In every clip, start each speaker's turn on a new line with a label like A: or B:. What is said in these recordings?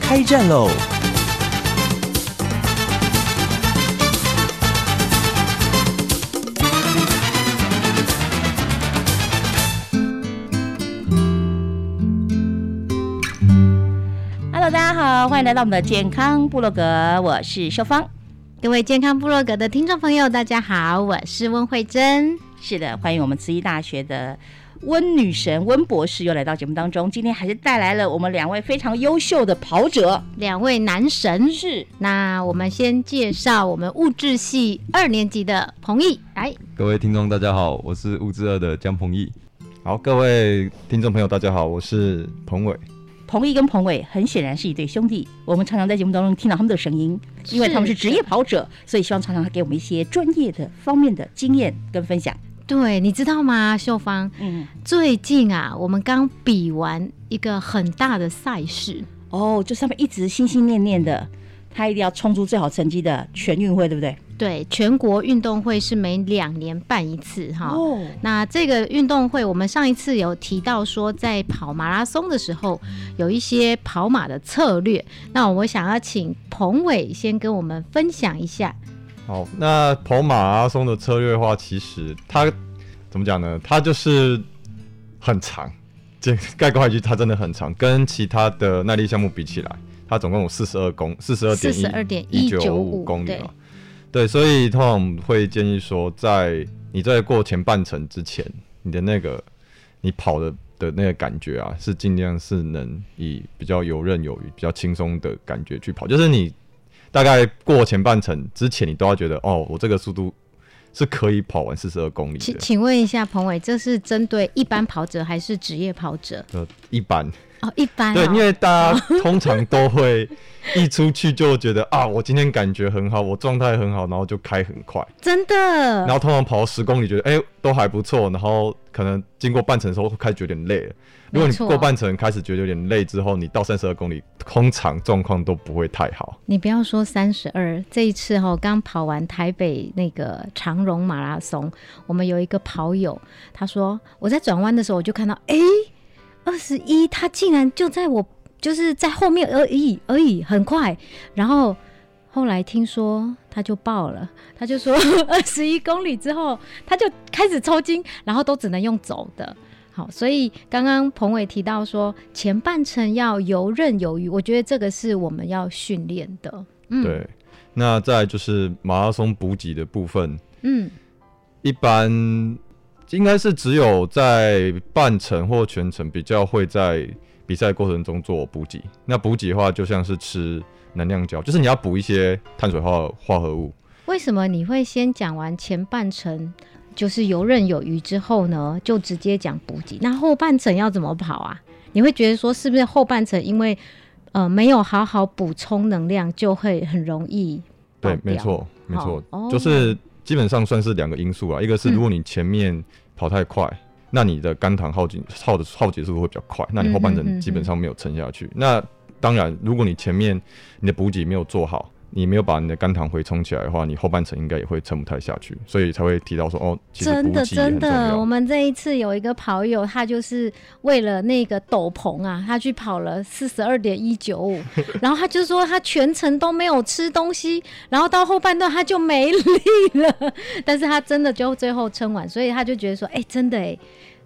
A: 开战喽！
B: Hello，大家好，欢迎来到我们的健康部落格，我是秀芳。
C: 各位健康部落格的听众朋友，大家好，我是温慧珍。
B: 是的，欢迎我们慈溪大学的温女神温博士又来到节目当中，今天还是带来了我们两位非常优秀的跑者。
C: 两位男神
B: 是，
C: 那我们先介绍我们物质系二年级的彭毅，来，
D: 各位听众，大家好，我是物之二的江鹏毅。好，各位听众朋友，大家好，我是彭伟。
B: 彭毅跟彭伟很显然是一对兄弟，我们常常在节目当中听到他们的声音，因为他们是职业跑者，所以希望常常给我们一些专业的方面的经验跟分享。
C: 对，你知道吗，秀芳？
B: 嗯，
C: 最近啊，我们刚比完一个很大的赛事，
B: 哦，就是他们一直心心念念的，他一定要冲出最好成绩的全运会，对不对？
C: 对，全国运动会是每两年办一次哈。
B: 哦
C: 那这个运动会，我们上一次有提到说，在跑马拉松的时候，有一些跑马的策略。那我想要请彭伟先跟我们分享一下。
D: 好，那跑马拉松的策略的话，其实它怎么讲呢？它就是很长，这概括一句，它真的很长。跟其他的耐力项目比起来，它总共有四十二公四十二点一
C: 42.195
D: 公里
C: 对
D: 啊。对，所以通常我们会建议说，在你在过前半程之前，你的那个你跑的的那个感觉啊，是尽量是能以比较游刃有余、比较轻松的感觉去跑，就是你大概过前半程之前，你都要觉得哦，我这个速度是可以跑完四十二公里
C: 请
D: 的。
C: 请问一下，彭伟，这是针对一般跑者还是职业跑者？
D: 呃，一般
C: 哦，一般、哦。
D: 对，因为大家通常都会一出去就觉得啊，我今天感觉很好，我状态很好，然后就开很快，
C: 真
D: 然
C: 的
D: 后通常跑十公里觉得哎、都还不错，然后可能经过半程的时候开始觉得有点累了。如
C: 没
D: 果你
C: 错
D: 过半程开始觉得有点累之后，你到三十二公里，通常状况都不会太好。
C: 你不要说三十二，这一次哈、刚跑完台北那个长荣马拉松，我们有一个跑友，他说我在转弯的时候我就看到，诶，二十一，他竟然就在我就是在后面而已而已，很快。然后后来听说他就爆了，他就说 二十一公里之后他就开始抽筋，然后都只能用走的。好，所以刚刚彭伟提到说前半程要游刃有余，我觉得这个是我们要训练的。嗯，，
D: 对，那再来就是马拉松补给的部分，
C: 嗯，
D: 一般应该是只有在半程或全程比较会在比赛过程中做补给。那补给的话，就像是吃能量胶，就是你要补一些碳水化化合物。
C: 为什么你会先讲完前半程就是游刃有余之后呢，就直接讲补给？那后半程要怎么跑啊？你会觉得说是不是后半程因为呃没有好好补充能量，就会很容易爆
D: 对，没
C: 掉。
D: 错，没错，
C: 哦嗯
D: 就是基本上算是两个因素啦。一个是如果你前面跑太快，那你的肝糖耗尽耗的耗竭速度会比较快，那你后半
C: 嗯哼嗯
D: 程
C: 哼
D: 基本上没有撑下去。那当然，如果你前面你的补给没有做好，你没有把你的肝糖回充起来的话，你后半程应该也会撑不太下去，所以才会提到说哦，其实
C: 真
D: 补
C: 的
D: 给也
C: 真
D: 很重
C: 的，我
D: 要。
C: 们这一次有一个跑友，他就是为了那个斗篷啊，他去跑了四十二点一九 五，然后他就说他全程都没有吃东西，然后到后半段他就没力了， 但是他真的就最后撑完，所以他就觉得说，哎、真的哎、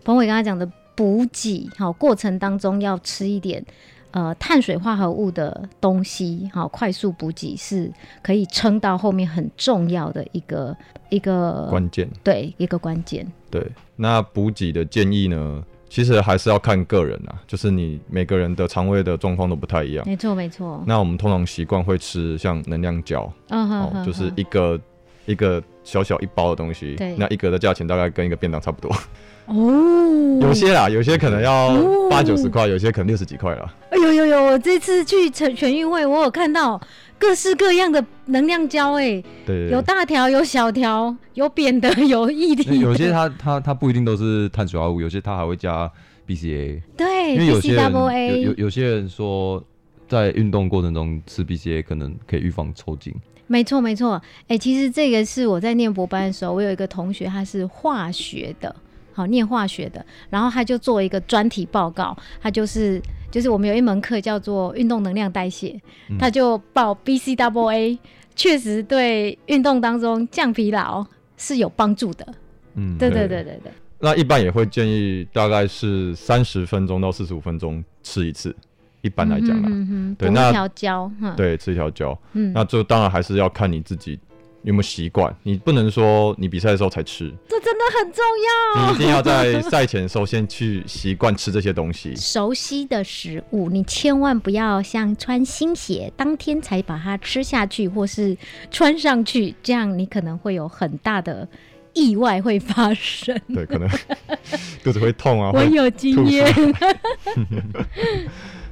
C: 彭伟刚才讲的补给，好过程当中要吃一点。呃，碳水化合物的东西，好、快速补给是可以撑到后面很重要的一个一个
D: 关键
C: 对，一个关键。
D: 对，那补给的建议呢，其实还是要看个人啊，就是你每个人的肠胃的状况都不太一样。
C: 没错，没错。
D: 那我们通常习惯会吃像能量胶，
C: 嗯哼
D: 哦，
C: 哼，
D: 就是
C: 哼
D: 一个一个小小一包的东西
C: 对，
D: 那一格的价钱大概跟一个便当差不多。
C: 哦，
D: 有些啦，有些可能要
C: 哦
D: 八九十块，有些可能六十几块啦。
C: 哎有有有，我这次去全全运会，我有看到各式各样的能量胶，哎，
D: 对，
C: 有大条，有小条，有扁的，有液体的，
E: 有些它它它不一定都是碳水化合物，有些它还会加 BCA，
C: 对
E: 因为有些人有
C: BCAA，
E: 有有些人说在运动过程中吃 BCA 可能可以预防抽筋，
C: 没错，没错。哎、其实这个是我在念博班的时候，我有一个同学，他是化学的，好念化学的，然后他就做一个专题报告，他就是就是我们有一门课叫做运动能量代谢，
E: 嗯
C: 他就报 BCAA，确实对运动当中降疲劳是有帮助的。
E: 嗯，
C: 对对
D: 对
C: 对对对，
D: 那一般也会建议大概是三十分钟到四十五分钟吃一次，一般来讲啦，啊
C: 嗯哼哼
D: 对
C: 同
D: 那
C: 一条胶，哼，
D: 对，吃一条胶。
C: 嗯，
D: 那就当然还是要看你自己有没有习惯，你不能说你比赛的时候才吃，
C: 这真的很重要。。
D: 你一定要在赛前首先去习惯吃这些东西
C: 熟悉的食物，你千万不要像穿新鞋当天才把它吃下去，或是穿上去，这样你可能会有很大的意外会发生。
D: 对，可能 肚子会 痛啊，
C: 我
D: 会
C: 有经验，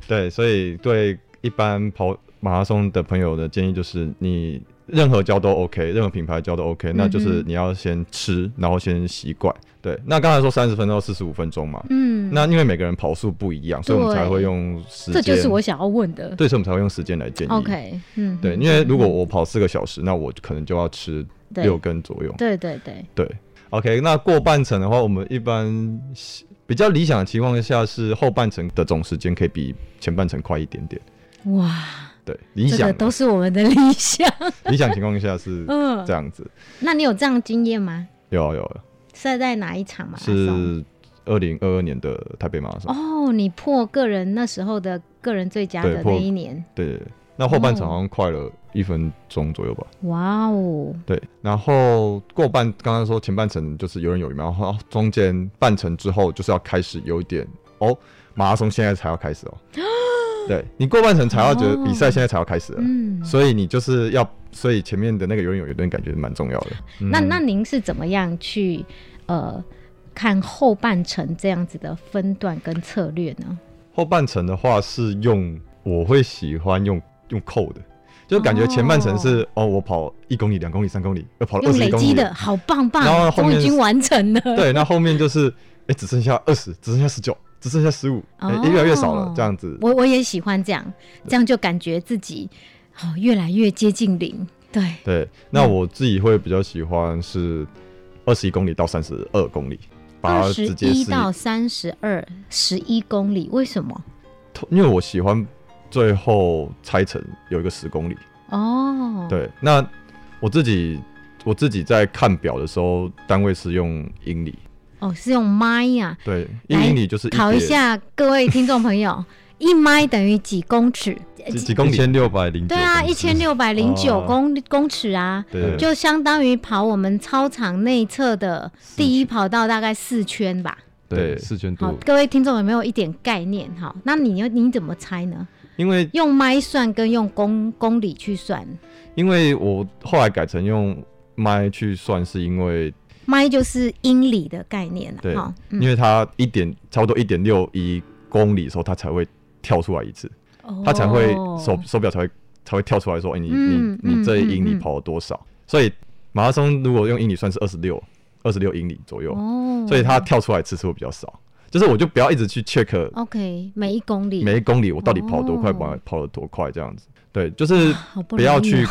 D: 对，所以对一般跑马拉松的朋友的建议就是，你任何胶都 OK，任何品牌胶都
C: 嗯
D: OK，、那就是你要先吃，然后先习惯。对，那刚才说三十分钟到四十五分钟嘛，
C: 嗯，
D: 那因为每个人跑速不一样，所以我们
C: 对
D: 才会用时
C: 这
D: 间，
C: 就是我想要问的。
D: 对，所以我们才会用时间来建议。
C: OK，嗯，
D: 对，因为如果我跑四个小时，那我可能就要吃
C: 对
D: 六根左右。
C: 对对对，
D: 对，OK，那过半程的话，我们一般比较理想的情况下是后半程的总时间可以比前半程快一点点。
C: 哇，
D: 对，理
C: 这
D: 想
C: 个
D: 的
C: 都是我们的理想。
D: 理想情况下是
C: 嗯
D: 这，样子。
C: 那你有这样的经验吗？
D: 有啊有啊，
C: 是在哪一场马拉松？
D: 是二零二二年的台北马拉松。
C: 哦，你破个人那时候的个人最佳
D: 对
C: 的那
D: 破
C: 一年，
D: 对对对，那后半程
C: 哦
D: 好像快了一分钟左右吧。
C: 哇哦，
D: 对，然后过半，刚刚说前半程就是有人有赢嘛，然后中间半程之后就是要开始有一点哦，马拉松现在才要开始哦， 对你过半程才要觉得
C: 哦
D: 比赛现在才要开始了，
C: 嗯，
D: 所以你就是要，所以前面的那个游泳有点感觉蛮重要的。
C: 那那您是怎么样去呃看后半程这样子的分段跟策略呢？
D: 后半程的话是用，我会喜欢用用扣的，就感觉前半程是哦我跑一公里、两公里、三公里，又跑了二
C: 用
D: 十
C: 累
D: 公
C: 积
D: 里，
C: 的好棒
D: 然后
C: 棒，
D: 后
C: 终
D: 面
C: 于已经完成了。
D: 对，那后面就是哎、只剩下二十，只剩下十九，只剩下十五、哎
C: 哦嗯
D: 越来越少了，这样子。
C: 我我也喜欢这样，这样就感觉自己哦越来越接近零。对，
D: 对，那我自己会比较喜欢是二十一公里到三十二公里，把
C: 二
D: 它
C: 十
D: 直接
C: 一
D: 是，
C: 到三十二，十一公里，为什么？
D: 因为我喜欢最后拆成有一个十公里。
C: 哦，，
D: 对，那我自己我自己在看表的时候，单位是用英里，
C: 哦是用麦呀、
D: 对，一
C: 来
D: 英里就是
C: 考一
D: 点
C: 下各位听众朋 友，一麦等于几公尺？
D: 几几公里，
E: 千六百零九，
C: 对啊，一千六百零九
D: 哦
C: 公公尺啊。
E: 呃
D: 对，
C: 就相当于跑我们操场内侧的第一跑道大概四圈吧。
E: 对
D: 对
E: 四千
C: 好
E: 多，，
C: 各位听众有没有一点概念？好，那你又你怎么猜呢？
D: 因为
C: 用麦算跟用公公里去算，
D: 因为我后来改成用麦去算，是因为
C: 麦就是英里的概念
D: 对
C: 了。哈，嗯
D: 因为它一点差不多一点六一公里的时候，它才会跳出来一次，它才会手
C: 哦
D: 手表才会才会跳出来说，哎、你
C: 嗯
D: 你
C: 嗯
D: 你这一英里
C: 嗯嗯
D: 跑了多少？所以马拉松如果用英里算是二十六，二十六英里左右，
C: 哦
D: 所以它跳出来次数会比较少。就是我就不要一直去 check
C: OK 每哦一公里
D: 每一公里我到底跑多快，
C: 哦
D: 跑跑得多快这样子。对，就是
C: 好不
D: 不要
C: 容易
D: 去
C: 哦，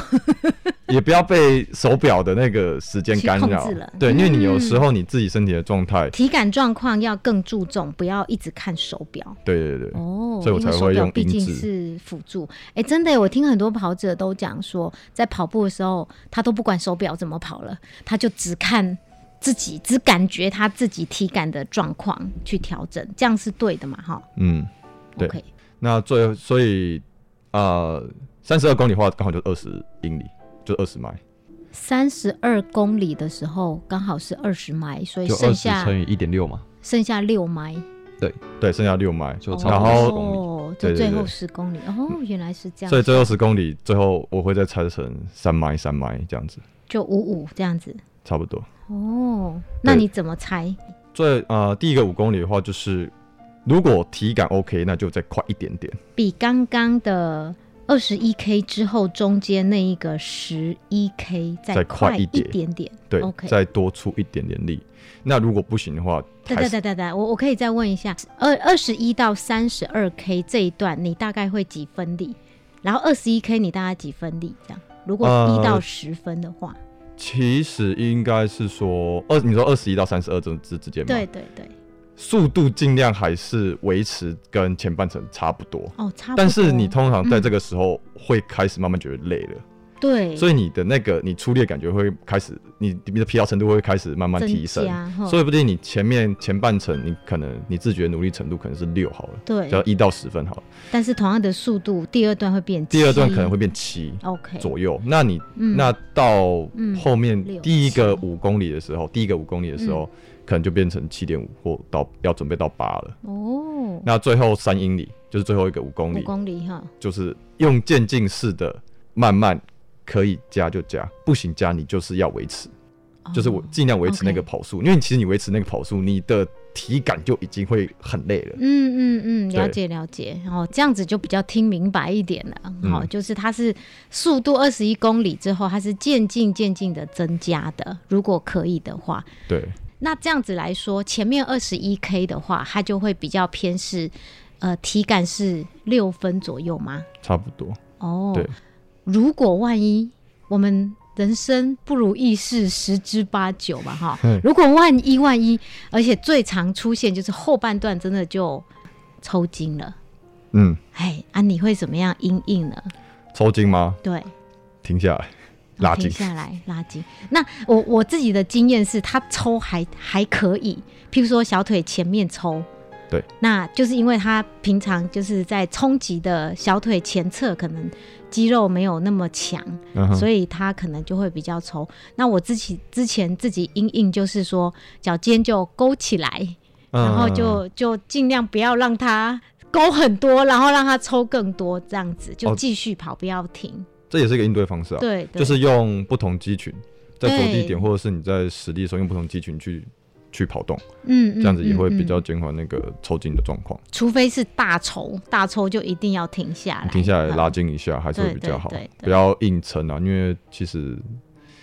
D: 也不要被手表的那个时间干
C: 去
D: 扰
C: 控制了。
D: 对，因为你有
C: 嗯
D: 时候你自己身体的状态，
C: 体感状况要更注重，不要一直看手表。
D: 对对对，
C: 哦，
D: 嗯所以我
C: 因为
D: 才
C: 手
D: 会
C: 表
D: 用
C: 毕
D: 音
C: 竟
D: 质
C: 是辅助。哎，真的耶，我听很多跑者都讲说，在跑步的时候，他都不管手表怎么跑了，他就只看自己，只感觉他自己体感的状况去调整，这样是对的嘛？哈
D: 嗯。对
C: ，OK，
D: 那最所以呃，三十二公里的话，刚好就二十英里，就二十迈。
C: 三十二公里的时候刚好是二十迈，所以
E: 就
C: 剩
E: 二十
C: 下
E: 乘以一点六嘛，
C: 剩下六迈，
D: 对，剩下六迈。
E: 就差
D: 然
E: 不多
D: 后
E: 10公里。
C: 哦，
D: 对
C: 就
D: 对
C: 最
D: 对
C: 后十公里哦，原来是这样，
D: 所以最后十公里，最后我会再拆成三迈、三迈这样子，
C: 就五五这样子。
D: 差不多。
C: 哦，那
D: 对
C: 你怎么猜？
D: 最呃第一个五公里的话，就是
F: 如果体感 OK，那就再快一点点。
C: 比刚刚的二十一 K 之后中间那一个十一 K 再
F: 再快
C: 快
F: 一点
C: 点点。
F: 对
C: OK
F: 再多出一点点力。那如果不行的话，
C: 对
F: 还
C: 对
F: 是
C: 对对对，我我可以再问一下，二二十一到三十二 K 这一段，你大概会几分力？然后二十一 K 你大概几分力？这样，如果
F: 呃
C: 一到十分的话，
F: 其实应该是说二，你说二十一到三十二这之之间嘛，
C: 对，对对，
F: 速度尽量还是维持跟前半程差不多。
C: 哦，差不多。
F: 但是你通常在这个时候会开始慢慢觉得累了，
C: 对，
F: 所
C: 以
F: 以你的那个你出力的感觉会开始，你你的疲劳程度会开始慢慢提升，所
C: 以
F: 以不定你前面前半程你可能你自觉努力程度可能是六好了，
C: 对
F: 只，要一到十分好了，
C: 但是同样的速度，第二段会变七，
F: 第二段可能会变七
C: OK
F: 左右。那你、
C: 嗯
F: 那到
C: 嗯
F: 后面
C: 六
F: 第一个
C: 七嗯
F: 五公里的时候，第一个五公里的时候，可能就变成七点五或到要准备到八了。
C: 哦，
F: 那最后三英里就是最后一个五公
C: 五
F: 里，
C: 公里哈，
F: 就是用渐进式的慢慢可以加就加，不行加你就是要维持，
C: 哦
F: 就是我尽量维持那个
C: OK
F: 跑速，因为你其实你维持那个跑速，你的体感就已经会很累了。
C: 嗯嗯嗯，了
F: 对
C: 解了解，然、后这样子就比较听明白一点了。
F: 嗯
C: 好、就是它是速度二十一公里之后，它是渐进渐进的增加的，如果可以的话。
F: 对，
C: 那这样子来说，前面二十一 K 的话，它就会比较偏是，呃，体感是六分左右吗？
F: 差不多。
C: 哦，
F: 对
C: 如果万一我们人生不如意事十之八九吧，哈
F: 嗯，
C: 如果万一万一，而且最常出现就是后半段真的就抽筋了，
F: 嗯，
C: 哎，啊，你会怎么样应应呢？
F: 抽筋吗？
C: 对，
F: 停下来，拉
C: 哦停
F: 筋。
C: 下来，拉筋。那我我自己的经验是，他抽还还可以，譬如说小腿前面抽，
F: 对，
C: 那就是因为他平常就是在冲击的小腿前侧可能肌肉没有那么强，
F: 嗯哼
C: 所以他可能就会比较抽。那我自己之前自己阴影就是说，脚尖就勾起来，然后
F: 嗯
C: 就就尽量不要让它勾很多，然后让它抽更多，这样子就
F: 哦
C: 继续跑，不要停。
F: 这也是一个应对方式啊。
C: 对，对
F: 就是用不同肌群，在着地
C: 对
F: 点或者是你在实地的时候用不同肌群去去跑动，
C: 嗯，
F: 这样子也会比
C: 嗯
F: 较
C: 嗯嗯
F: 减缓那个抽筋的状况。
C: 除非是大抽，大抽就一定要停下来，
F: 你停下来
C: 嗯
F: 拉筋一下还是会比较好
C: 对对对，对
F: 不要硬撑啊，因为其实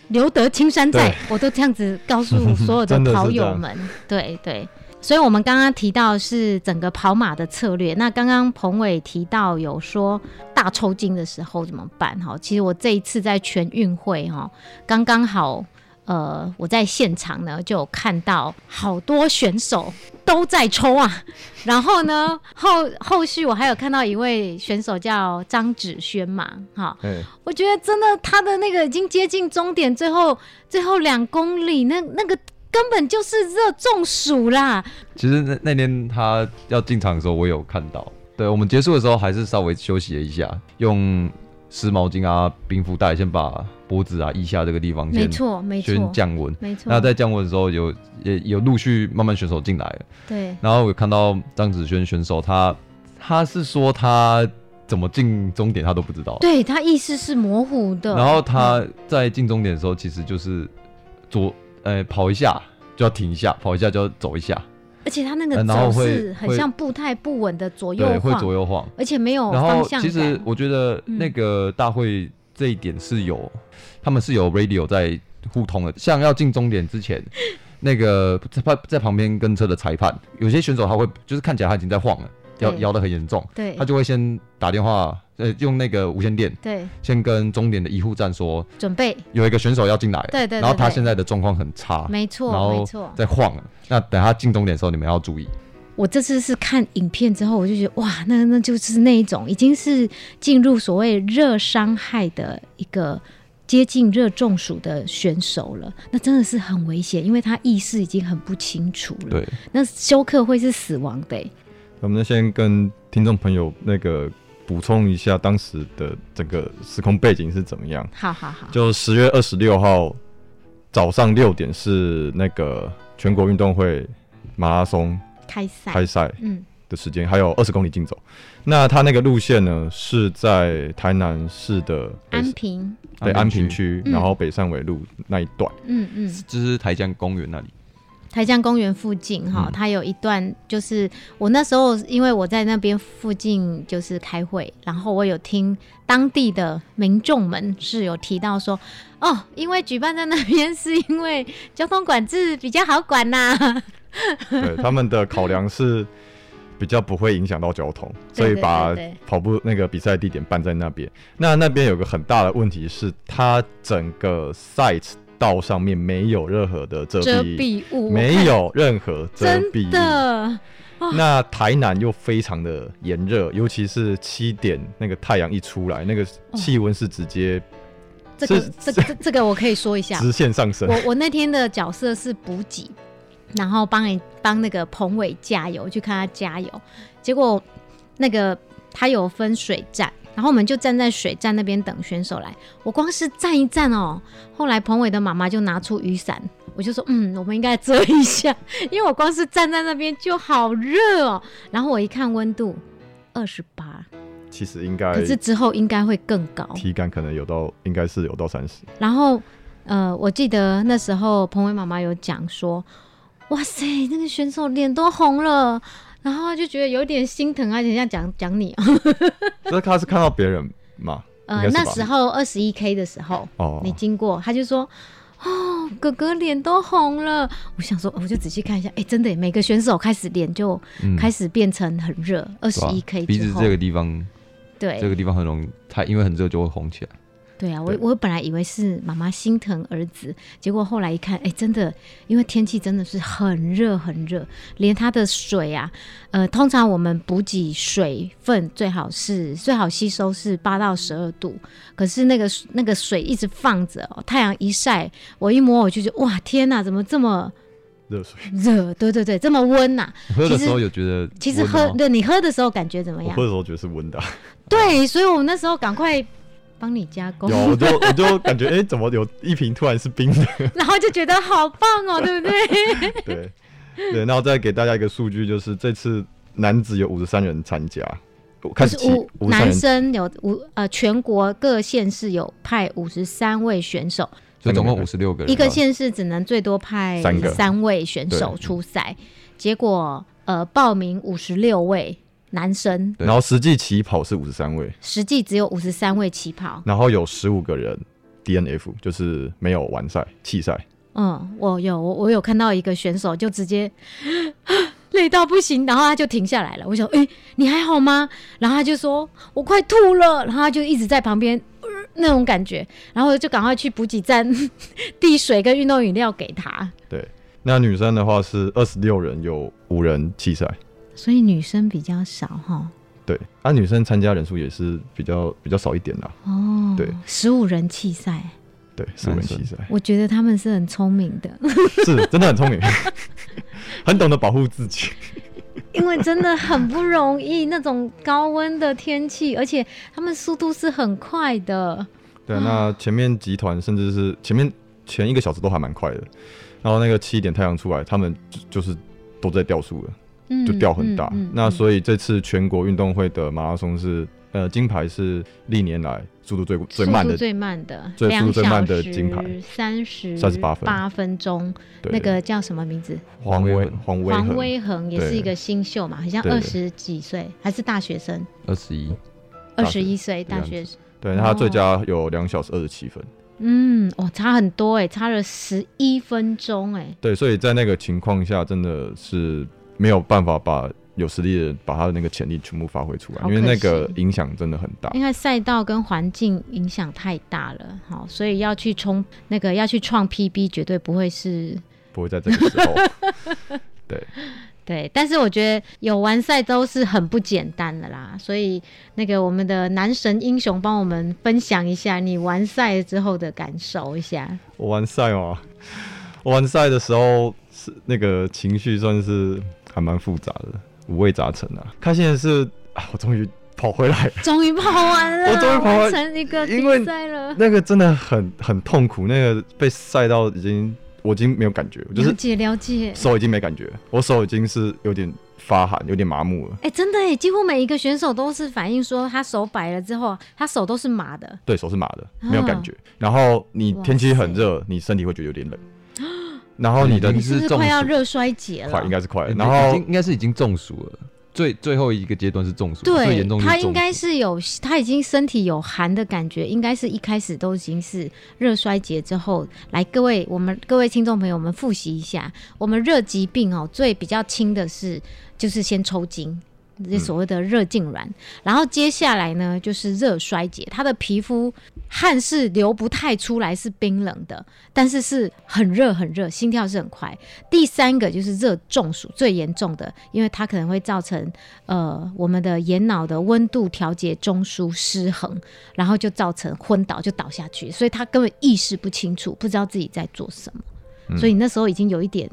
C: 留得青山在
F: 对，
C: 我都这样子告 诉所有的
F: 真的是
C: 跑
F: 这
C: 友
F: 样
C: 们。对对，所以我们刚刚提到是整个跑马的策略。那刚刚彭伟提到有说大抽筋的时候怎么办？哈，其实我这一次在全运会哈，刚刚好。呃，我在现场呢就有看到好多选手都在抽啊，然后呢后后续我还有看到一位选手叫张子轩嘛，哈，
F: 哎，
C: 我觉得真的他的那个已经接近终点，最后最后两公里，那那个根本就是热中暑啦。
D: 其实那那天他要进场的时候，我有看到。对我们结束的时候，还是稍微休息了一下，用湿毛巾啊、冰敷袋先把脖子啊、腋下这个地方
C: 没
D: 先
C: 错，没
D: 先
C: 错，
D: 降温。
C: 没错。
D: 那在降温的时候有，也有陆续慢慢选手进来了。
C: 对
D: 然后我看到张子轩选手他，他是说他怎么进终点他都不知道。
C: 对，他意识是模糊的。
D: 然后他在进终点的时候，其实就是左呃跑一下就要停一下，跑一下就要走一下，
C: 而且他那个
D: 呃然
C: 走
D: 后会
C: 势很
D: 会
C: 像步态不稳的左右
D: 对，会
C: 晃，
D: 左右晃。
C: 而且没有
D: 然
C: 哦方
D: 后
C: 向感。嗯
D: 其实我觉得那个大会这一点是有，他们是有 radio 在互通的，像要进终点之前。 那个在旁在旁边跟车的裁判，有些选手他会就是看起来他已经在晃了，摇
C: 对
D: 摇得很严重，
C: 对
D: 他就会先打电话，呃，用那个无线电
C: 对
D: 先跟终点的医护站说
C: 准备，
D: 有一个选手要进来了，
C: 对对对
D: 然后他
C: 对
D: 现在的状况很差，
C: 没
D: 然
C: 错
D: 后
C: 没错。
D: 在晃了，那等他进终点的时候你们要注意，
C: 我这次是看影片之后，我就觉得哇，那那就是那一种已经是进入所谓热伤害的一个接近热中暑的选手了，那真的是很危险，因为他意识已经很不清楚了。
D: 对，
C: 那休克会是死亡的、欸
F: 我们先跟听众朋友那个补充一下当时的整个时空背景是怎么样。
C: 好好好，
F: 就十月二十六号早上六点是那个全国运动会马拉松
C: 开赛，
F: 开赛
C: 嗯，
F: 的时间，还有二十公里竞走。那它那个路线呢是在台南市的北
C: 安平，
F: 对安平
D: 区
F: 区，
C: 嗯
F: 然后北上纬路那一段。
C: 嗯嗯，
D: 就是台江公园那里，
C: 台江公园附近哈，
D: 嗯
C: 它有一段就是我那时候因为我在那边附近就是开会，然后我有听当地的民众们是有提到说，哦，因为举办在那边是因为交通管制比较好管呐、
F: 对，他们的考量是比较不会影响到交通，
C: 对
F: 所以
C: 对
F: 把
C: 对对
F: 跑步那个比赛地点办在那边。那那边有个很大的问题是，它整个赛道上面没有任何的遮
C: 遮
F: 蔽，
C: 蔽物
F: 没，有任何遮
C: 真
F: 蔽物。
C: 的
F: 那台南又非常的炎热，尤其是七点那个太阳一出来，那个气温是直接
C: 这个
F: 是
C: 这个这这个我可以说一下，
F: 直线上升。
C: 我我那天的角色是补给，然后帮你帮那个彭伟加油，去看他加油。结果那个他有分水站，然后我们就站在水站那边等选手来。我光是站一站哦，后来彭伟的妈妈就拿出雨伞，我就说嗯，我们应该遮一下，因为我光是站在那边就好热哦。然后我一看温度二十八，
F: 其实应该
C: 可是之后应该会更高。
F: 体感可能有到，应该是有到三十。
C: 然后，呃，我记得那时候彭伟妈妈有讲说，哇塞，那个选手脸都红了，然后就觉得有点心疼啊，人家讲讲你，
F: 这他是看到别人嘛？应
C: 呃
F: 该，是吧
C: 那时候二十一 K 的时候，
F: 哦，
C: 你经过，他就说。哦，哥哥脸都红了。我想说，我就仔细看一下，哎、真的耶，每个选手开始脸就
D: 嗯
C: 开始变成很热，二十
D: 对吧
C: 一 K
D: 鼻
C: 之
D: 子
C: 后，
D: 这个地方，
C: 对
D: 这个地方很容易，它因为很热就会红起来。
C: 对啊，我
F: 对
C: 我本来以为是妈妈心疼儿子，结果后来一看，哎，真的，因为天气真的是很热很热，连它的水啊，呃，通常我们补给水分最好是最好吸收是八到十二度，可是那个那个水一直放着、哦，太阳一晒，我一摸我就觉得哇，天哪，怎么这么
F: 热水，
C: 热？对对对，这么温呐、
D: 喝的
C: 其实
D: 时候有觉得温吗，
C: 其实喝，对你喝的时候感觉怎么
F: 哦我
C: 样
F: 喝？的时候觉得是温的啊，
C: 对，所以我那时候赶快帮你加工
F: 有，我就我就感觉哎、诶怎么有一瓶突然是冰的？
C: 然后就觉得好棒哦，对不对？
F: 对对，然后再给大家一个数据，就是这次男子有五十三人参加，我开始
C: 就是
F: 起
C: 五
F: 五十三
C: 男
F: 人，
C: 生有五呃，全国各县市有派五十三位选手，
D: 所以总共五十六个人，
C: 一个县市只能最多派
F: 三个
C: 三位选手
F: 对嗯
C: 出赛，结果呃报名五十六位男生，
D: 对
F: 然后实际起跑是五十三位，
C: 实际只有五十三位起跑。
F: 然后有十五个人 DNF，就是没有完赛弃赛。
C: 嗯，我有我我有看到一个选手就直接 累到不行，然后他就停下来了。我想，诶，你还好吗？然后他就说，我快吐了。然后他就一直在旁边、呃那种感觉，然后我就赶快去补给站 递水跟运动饮料给他。
F: 对，那女生的话是二十六人，有五人弃赛。
C: 所以女生比较少哈。
F: 对，那、女生参加人数也是比较比较少一点啦。
C: 哦，
F: 对，
C: 十五人弃赛，
F: 对，十五人
D: 男生
F: 弃赛。
C: 我觉得他们是很聪明的，
F: 是真的很聪明， 很懂得保护自己。
C: 因为真的很不容易那种高温的天气，而且他们速度是很快的。
F: 对，
C: 嗯
F: 那前面集团甚至是前面前一个小时都还蛮快的，然后那个七点太阳出来，他们就就是都在掉速了，
C: 嗯
F: 就掉很大。
C: 嗯嗯
F: 那
C: 嗯
F: 所以这次全国运动会的马拉松是呃金牌是历年来速度最最慢
C: 速度
F: 的，
C: 最慢的，
F: 最速度最慢的金牌
C: 三十
F: 38分
C: 八分钟，
F: 对
C: 那个叫什么名字？
F: 黄威黄威
C: 黄
F: 恒
C: 威恒也是
F: 对
C: 一个新秀嘛，好像
F: 对
C: 二十几岁，还是大学生，
D: 二十一，
C: 二
F: 大
C: 十
F: 学
C: 一岁大
D: 这
C: 学
D: 样
C: 生。
F: 对，那他最佳有两小时二十七分。
C: 嗯，哦，差很多哎，差了十一分钟哎，
F: 对，所以在那个情况下，真的是没有办法把有实力的人把他的那个潜力全部发挥出来，
C: 好
F: 因为那
C: 可
F: 个
C: 惜
F: 影响真的很大。
C: 因为赛道跟环境影响太大了，好，所以要去冲那个要去创 PB，绝对不会是
F: 不会在这个 时候。对，
C: 对，但是我觉得有完赛都是很不简单的啦，所以那个我们的男神英雄帮我们分享一下你完赛之后的感受一下。
F: 我完赛嘛，我完赛的时候是那个情绪算是还蛮复杂的，五味杂陈啊。开心的是啊，我终于跑回来了，
C: 终于跑完了，
F: 我终于跑完
C: 完成一个
F: 因为
C: 比赛了。
F: 那个真的很很痛苦，那个被晒到已经我已经没有感觉，就
C: 了
F: 是
C: 解了解，
F: 手已经没感觉，我手已经是有点发寒，有点麻木了。
C: 哎、真的哎，几乎每一个选手都是反映说他手摆了之后，他手都是麻的。
F: 对手是麻的，没有感觉。然后你天气
C: 哇塞
F: 很热，你身体会觉得有点冷。然后你的
D: 已
C: 你
D: 经
C: 是不
D: 是
C: 是
D: 中
C: 快要
D: 暑
C: 热衰竭
F: 快
C: 了
F: 应？该是快，
D: 已
F: 然
D: 经已
F: 后
D: 经应该是已经中暑了，最最后一个阶段是中暑，最
C: 对
D: 严重，就是
C: 他
D: 中暑
C: 应该是有，他已经身体有寒的感觉，应该是一开始都已经是热衰竭之后。来，各位我们各位听众朋友们复习一下，我们热疾病哦，最比较轻的是就是先抽筋。
D: 嗯
C: 这所谓的热痉挛，然后接下来呢就是热衰竭，他的皮肤汗是流不太出来，是冰冷的，但是是很热很热，心跳是很快。第三个就是热中暑，最严重的，因为它可能会造成呃我们的眼脑的温度调节中枢失衡，然后就造成昏倒，就倒下去，所以他根本意识不清楚，不知道自己在做什么，
F: 嗯
C: 所以那时候已经有一点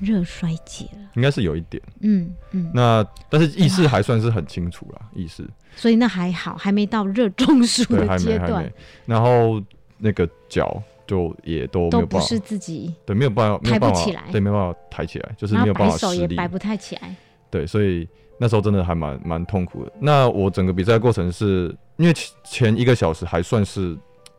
C: 热衰竭了。
F: 应该是有一点。
C: 嗯嗯，
F: 那但是意识还算是很清楚啦，意识
C: 所以那还好，还没到热中暑
F: 对，还
C: 的
F: 没
C: 阶
F: 还
C: 段
F: 没，。然后那个脚就也都没
C: 都
F: 有
C: 不
F: 办法
C: 是，自己，
F: 对，没有办法，没有
C: 抬
F: 办
C: 不
F: 法
C: 起来
F: 对，没有办法抬起来，就是
C: 然后
F: 没有办
C: 摆
F: 法
C: 手
F: 施
C: 也
F: 力，
C: 摆不太起来。
F: 对，所以那时候真的还蛮蛮痛苦的。那我整个比赛过程是因为前前一个小时还算是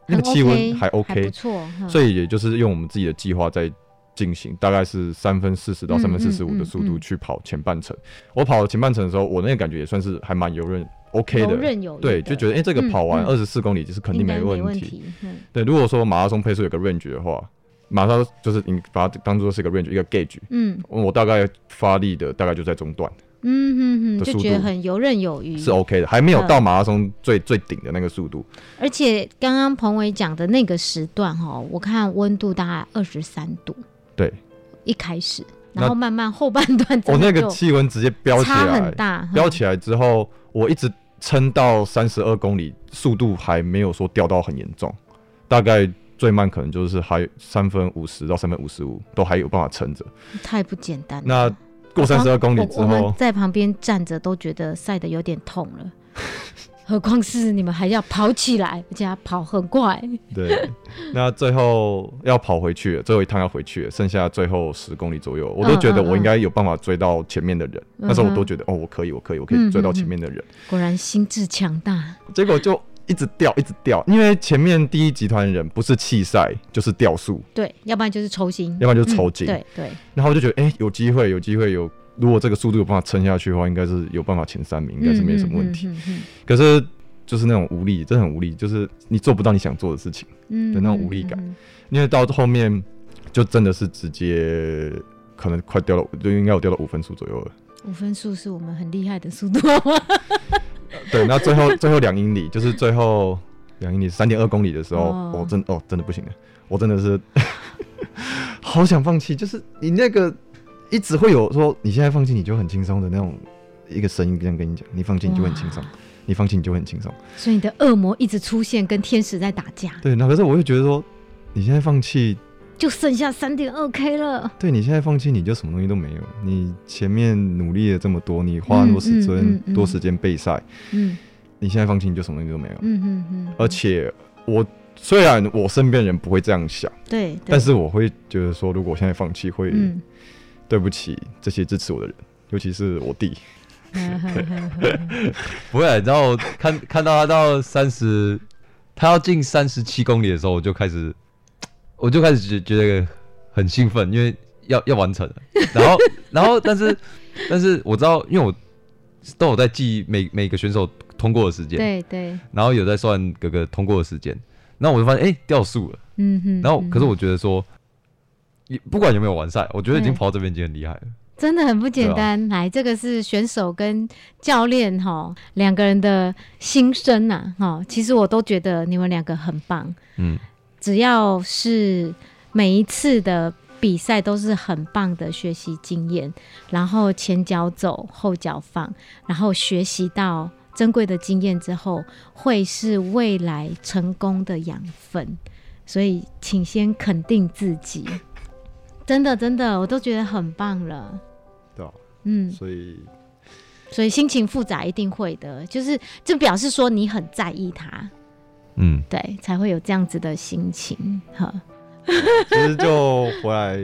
F: 那个
C: 很
F: 气温
C: OK，
F: 还
C: 不
F: OK，
C: 错，嗯
F: 所以也就是用我们自己的计划在进行，大概是三分四十到
C: 嗯
F: 三分四十
C: 嗯
F: 五
C: 嗯
F: 的速度
C: 嗯
F: 去跑前半程。我跑前半程的时候，我那个感觉也算是还蛮游刃 OK
C: 游
F: 的，
C: 刃有余的，
F: 对，就觉得哎、诶这个
C: 嗯
F: 跑完
C: 嗯
F: 二十四公里就是肯定
C: 应该
F: 没
C: 没
F: 问
C: 问
F: 题。
C: 题。嗯
F: 对，如果说马拉松配速有个 range 的话，马上就是你把它当做是一个 range 一个 gauge，
C: 嗯
F: 我大概发力的大概就在中段。
C: 嗯嗯嗯，
F: 的
C: 就
F: 速
C: 觉得
F: 度
C: 很游刃有余。
F: 是 OK 的，还没有
C: 嗯
F: 到马拉松最最顶的那个速度。
C: 而且刚刚彭伟讲的那个时段哈、我看温度大概二十三度，
F: 对，
C: 一开始，
F: 那
C: 然后慢慢后半段
F: 我、
C: 真
F: 哦那
C: 的
F: 个
C: 就
F: 气温直接飙起
C: 差
F: 来
C: 很，大，
F: 飙起来之后，我一直撑到三十二公里，速度还没有说掉到很严重，大概最慢可能就是还三分五十到三分五十五都还有办法撑着。
C: 嗯太不简单了。
F: 那过三十二公里之
C: 我我们
F: 后，
C: 在旁边站着都觉得晒得有点痛 了，何况是你们还要跑起来，而且要跑很快。
F: 对，那最后要跑回去了，最后一趟要回去了，剩下最后十公里左右，我都觉得
C: 嗯嗯
F: 我应该有办法追到前面的人。那时候我
C: 嗯
F: 都
C: 哼嗯
F: 觉得哦，我可以，我可以，我可以追到前面的人。
C: 果然心智强大，
F: 结果就一直掉，一直掉，因为前面第一集团人不是弃赛就是掉速，
C: 对，要不然就是抽筋，
F: 要不然就是抽筋。
C: 对对，
F: 然后我就觉得，哎、有机会，有机会，有如果这个速度有办法撑下去的话，应该是有办法前三名，应该是没什么问题。
C: 嗯。嗯嗯嗯
F: 可是就是那种无力，真的很无力，就是你做不到你想做的事情，
C: 嗯
F: 的那种无力感
C: 嗯嗯嗯
F: 因为到后面就真的是直接可能快掉了，就应该有掉到五分数 左右了。
C: 五分速是我们很厉害的速度，
F: 对，那最后最后两英里，就是最后两英里三点二公里的时候，
C: 哦
F: 我、真哦真的不行了，我真的是 好想放弃。就是你那个一直会有说你现在放弃你就很轻松的那种一个声音这样跟你讲，你放弃你就很轻松
C: 哇，
F: 你放弃你就很轻松。
C: 所以你的恶魔一直出现，跟天使在打架。
F: 对，那可是我又觉得说你现在放弃，
C: 就剩下三点二 K 了，
F: 对你现在放弃你就什么东西都没有，你前面努力了这么多，你花那么多时间、
C: 嗯嗯嗯嗯
F: 多时间备赛，
C: 嗯
F: 你现在放弃你就什么东西都没有。
C: 嗯嗯嗯，
F: 而且我虽然我身边人不会这样想，
C: 对，对
F: 但是我会觉得说，如果我现在放弃，会
C: 嗯，
F: 对不起这些支持我的人，尤其是我弟。
D: 不会，然后看 看到他到三十，他要进三十七公里的时候，我就开始，我就开始觉觉得很兴奋，因为要要完 成了。然后然后但是但是我知道，因为我都有在记每每个选手通过的时间，
C: 对对，
D: 然后有在算各个通过的时间，然后我就发现哎、诶掉速了。
C: 嗯哼。
D: 然后
C: 嗯
D: 可是我觉得说，也不管有没有完赛，我觉得已经
C: 对
D: 跑到这边已经很厉害了。
C: 真的很不简
D: 对啊
C: 单，来，这个是选手跟教练哈两个人的心声呐、哈，其实我都觉得你们两个很棒，
D: 嗯，
C: 只要是每一次的比赛都是很棒的学习经验，然后前脚走，后脚放，然后学习到珍贵的经验之后，会是未来成功的养分。所以，请先肯定自己，真的真的，我都觉得很棒了。
F: 对啊，
C: 嗯，
F: 所以
C: 所以心情复杂一定会的，就是这表示说你很在意他，
D: 嗯，
C: 对，才会有这样子的心情。哈，
F: 哦其实就回来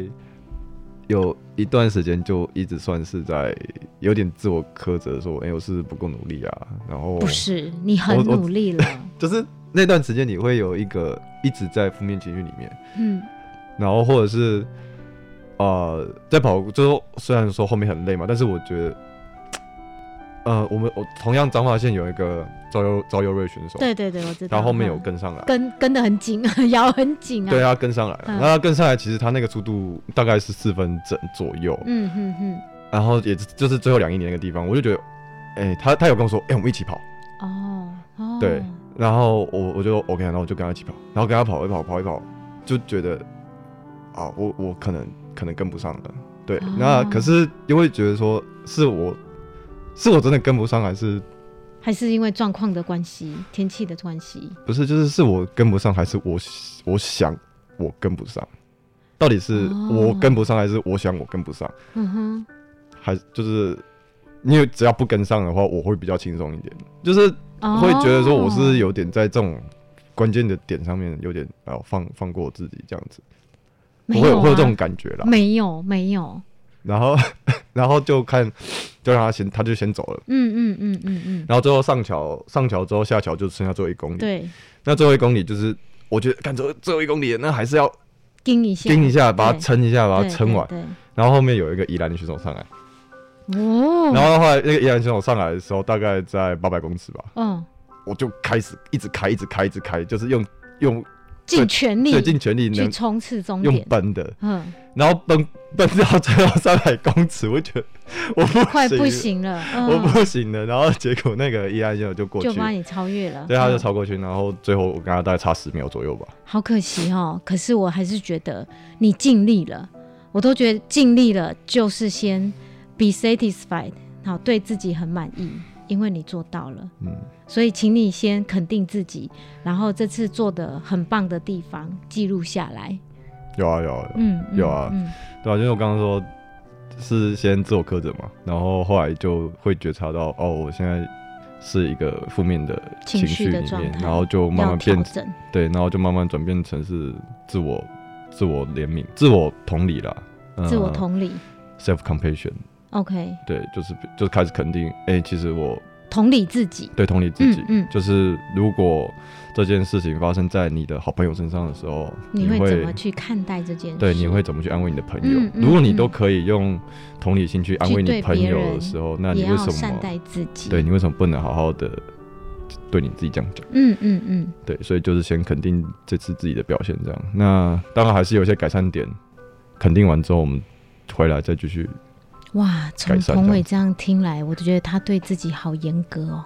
F: 有一段时间，就一直算是在有点自我苛责，说，哎、我是不是不够努力啊，然后
C: 不是你很
F: 我我
C: 努力了，
F: 就是那段时间你会有一个一直在负面情绪里面，
C: 嗯，
F: 然后或者是呃，在跑就是虽然说后面很累嘛，但是我觉得，呃，我们我同样彰化县有一个招优招优瑞选手，
C: 对对对，我知道。
F: 然后后面有
C: 嗯
F: 跟上来，
C: 跟跟的很紧， 咬很紧啊。
F: 对，他跟上来了，
C: 嗯
F: 然后他跟上来，其实他那个速度大概是四分整左右，
C: 嗯哼哼，
F: 然后也就是最后两一年那个地方，我就觉得，哎、他他有跟我说，哎、我们一起跑，
C: 哦哦，
F: 对然后我我就 OK，然后我就跟他一起跑，然后跟他跑一跑跑一跑，就觉得啊，我我可能可能跟不上了，对，
C: 哦
F: 那可是又会觉得说是我是我真的跟不上，还是
C: 还是因为状况的关系，天气的关系，
F: 不是就是是我跟不上，还是我我想我跟不上，到底是
C: 哦
F: 我跟不上，还是我想我跟不上，
C: 嗯哼，
F: 还就是因为只要不跟上的话，我会比较轻松一点，就是
C: 哦
F: 会觉得说我是有点在这种关键的点上面有点啊放放过自己这样子，
C: 没
F: 我会
C: 有
F: 有会有这
C: 啊
F: 种感觉啦。
C: 没有没有，
F: 然后 然后就看就让他先他就先走了，
C: 嗯嗯嗯嗯
F: 然后最后上桥上桥之后下桥就剩下最后一公
C: 嗯，
F: 里，
C: 对，
F: 那最后一公里就是我觉得看最后最后一公里那还是要
C: 盯一下，
F: 盯一下，把它
C: 对
F: 撑一下，把它
C: 对
F: 撑
C: 对
F: 完。
C: 对，
F: 然后后面有一个宜兰的选手上来，
C: 哦，
F: 然后后来那个宜兰选手上来的时候大概在八百公尺吧，
C: 嗯，
F: 我就开始一直开一直开一直开，就是用用
C: 尽全力
F: 最尽全力
C: 去
F: 能
C: 冲刺终
F: 用
C: 点，
F: 奔的，
C: 嗯，
F: 然后奔奔到最后三百公尺，我觉得我不
C: 快不
F: 了，
C: 行了，
F: 我
C: 嗯，
F: 不行了。然后结果那个伊安先生就过去
C: 就，把你超越了，
F: 对，他就
C: 嗯
F: 超过去，然后最后我跟他大概差十秒左右吧。
C: 好可惜哦，可是我还是觉得你尽力了，我都觉得尽力了，就是先 be satisfied，好，对自己很满意，因为你做到了，
F: 嗯，
C: 所以请你先肯定自己，然后这次做的很棒的地方记录下来，
F: 有啊有啊，有啊
C: 嗯，嗯
F: 有啊
C: 嗯，
F: 对啊，就是我刚刚说是先自我苛责嘛，然后后来就会觉察到哦，我现在是一个负面的
C: 情
F: 情
C: 绪
F: 绪
C: 的
F: 里
C: 状
F: 面
C: 态，
F: 然后就慢
C: 要
F: 慢
C: 调
F: 变
C: 整，
F: 对，然后就慢慢转变成是自我自我怜悯、自我同理啦，嗯
C: 自我同理
F: self compassion。
C: ，OK，
F: 对，就是就开始肯定，哎、其实我
C: 同理自己，
F: 对同理自己，
C: 嗯嗯
F: 就是如果这件事情发生在你的好朋友身上的时候，
C: 你
F: 你
C: 会怎么去看待这件事？
F: 对，你会怎么去安慰你的朋友？
C: 嗯嗯
F: 如果你
C: 嗯
F: 都可以用同理心去安
C: 去
F: 慰你
C: 对
F: 朋
C: 别
F: 友
C: 人
F: 的时候，那你
C: 也
F: 为
C: 要
F: 什
C: 善
F: 么
C: 待自己，
F: 对，你为什么不能好好的对你自己这样讲？
C: 嗯嗯嗯，
F: 对，所以就是先肯定这次自己的表现，这样。那当然还是有一些改善点，肯定完之后我们回来再继续。
C: 哇，从
F: 改善
C: 彭
F: 这
C: 伟
F: 样
C: 这样听来，我都觉得他对自己好严格哦。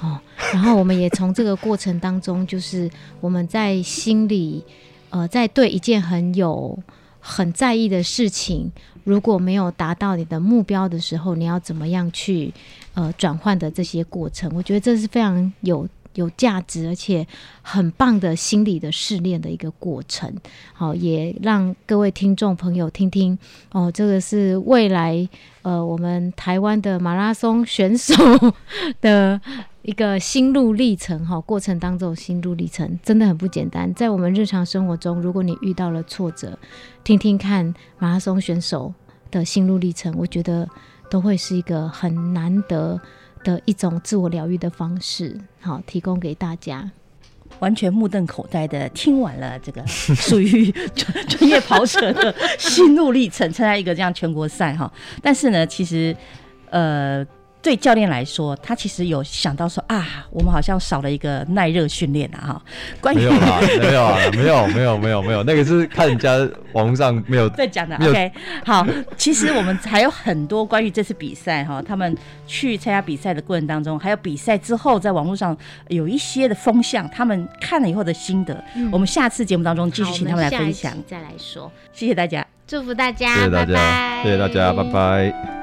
C: 哦，然后我们也从这个过程当中，就是我们在心里，呃，在对一件很有很在意的事情，如果没有达到你的目标的时候，你要怎么样去呃转换的这些过程，我觉得这是非常有有价值，而且很棒的心理的试炼的一个过程。好、也让各位听众朋友听听哦，这个是未来呃我们台湾的马拉松选手 的一个心路历程哈、过程当中的心路历程真的很不简单。在我们日常生活中，如果你遇到了挫折，听听看马拉松选手的心路历程，我觉得都会是一个很难得。的一种自我疗愈的方式，好提供给大家。
B: 完全目瞪口呆的听完了这个 属于专专业跑者的心路历程，参加一个这样全国赛哈。但是呢，其实呃，对教练来说，他其实有想到说啊，我们好像少了一个耐热训练啊哈。关
D: 没
B: 于
D: 有啦，没有啊，没有没有没有没有，那个是看人家网络上没有
B: 在讲的
D: 没有
B: ，OK，好，其实我们还有很多关于这次比赛哈，他们去参加比赛的过程当中，还有比赛之后在网络上有一些的风向，他们看了以后的心得，我们下次节目当中继续
C: 嗯好
B: 请
C: 我
B: 他们来
C: 下一
B: 分
C: 期
B: 享，
C: 再来说。
B: 谢谢大家。
C: 祝福大家，
F: 谢谢大
C: 拜
F: 家，
C: 拜
F: 谢谢大家，拜拜。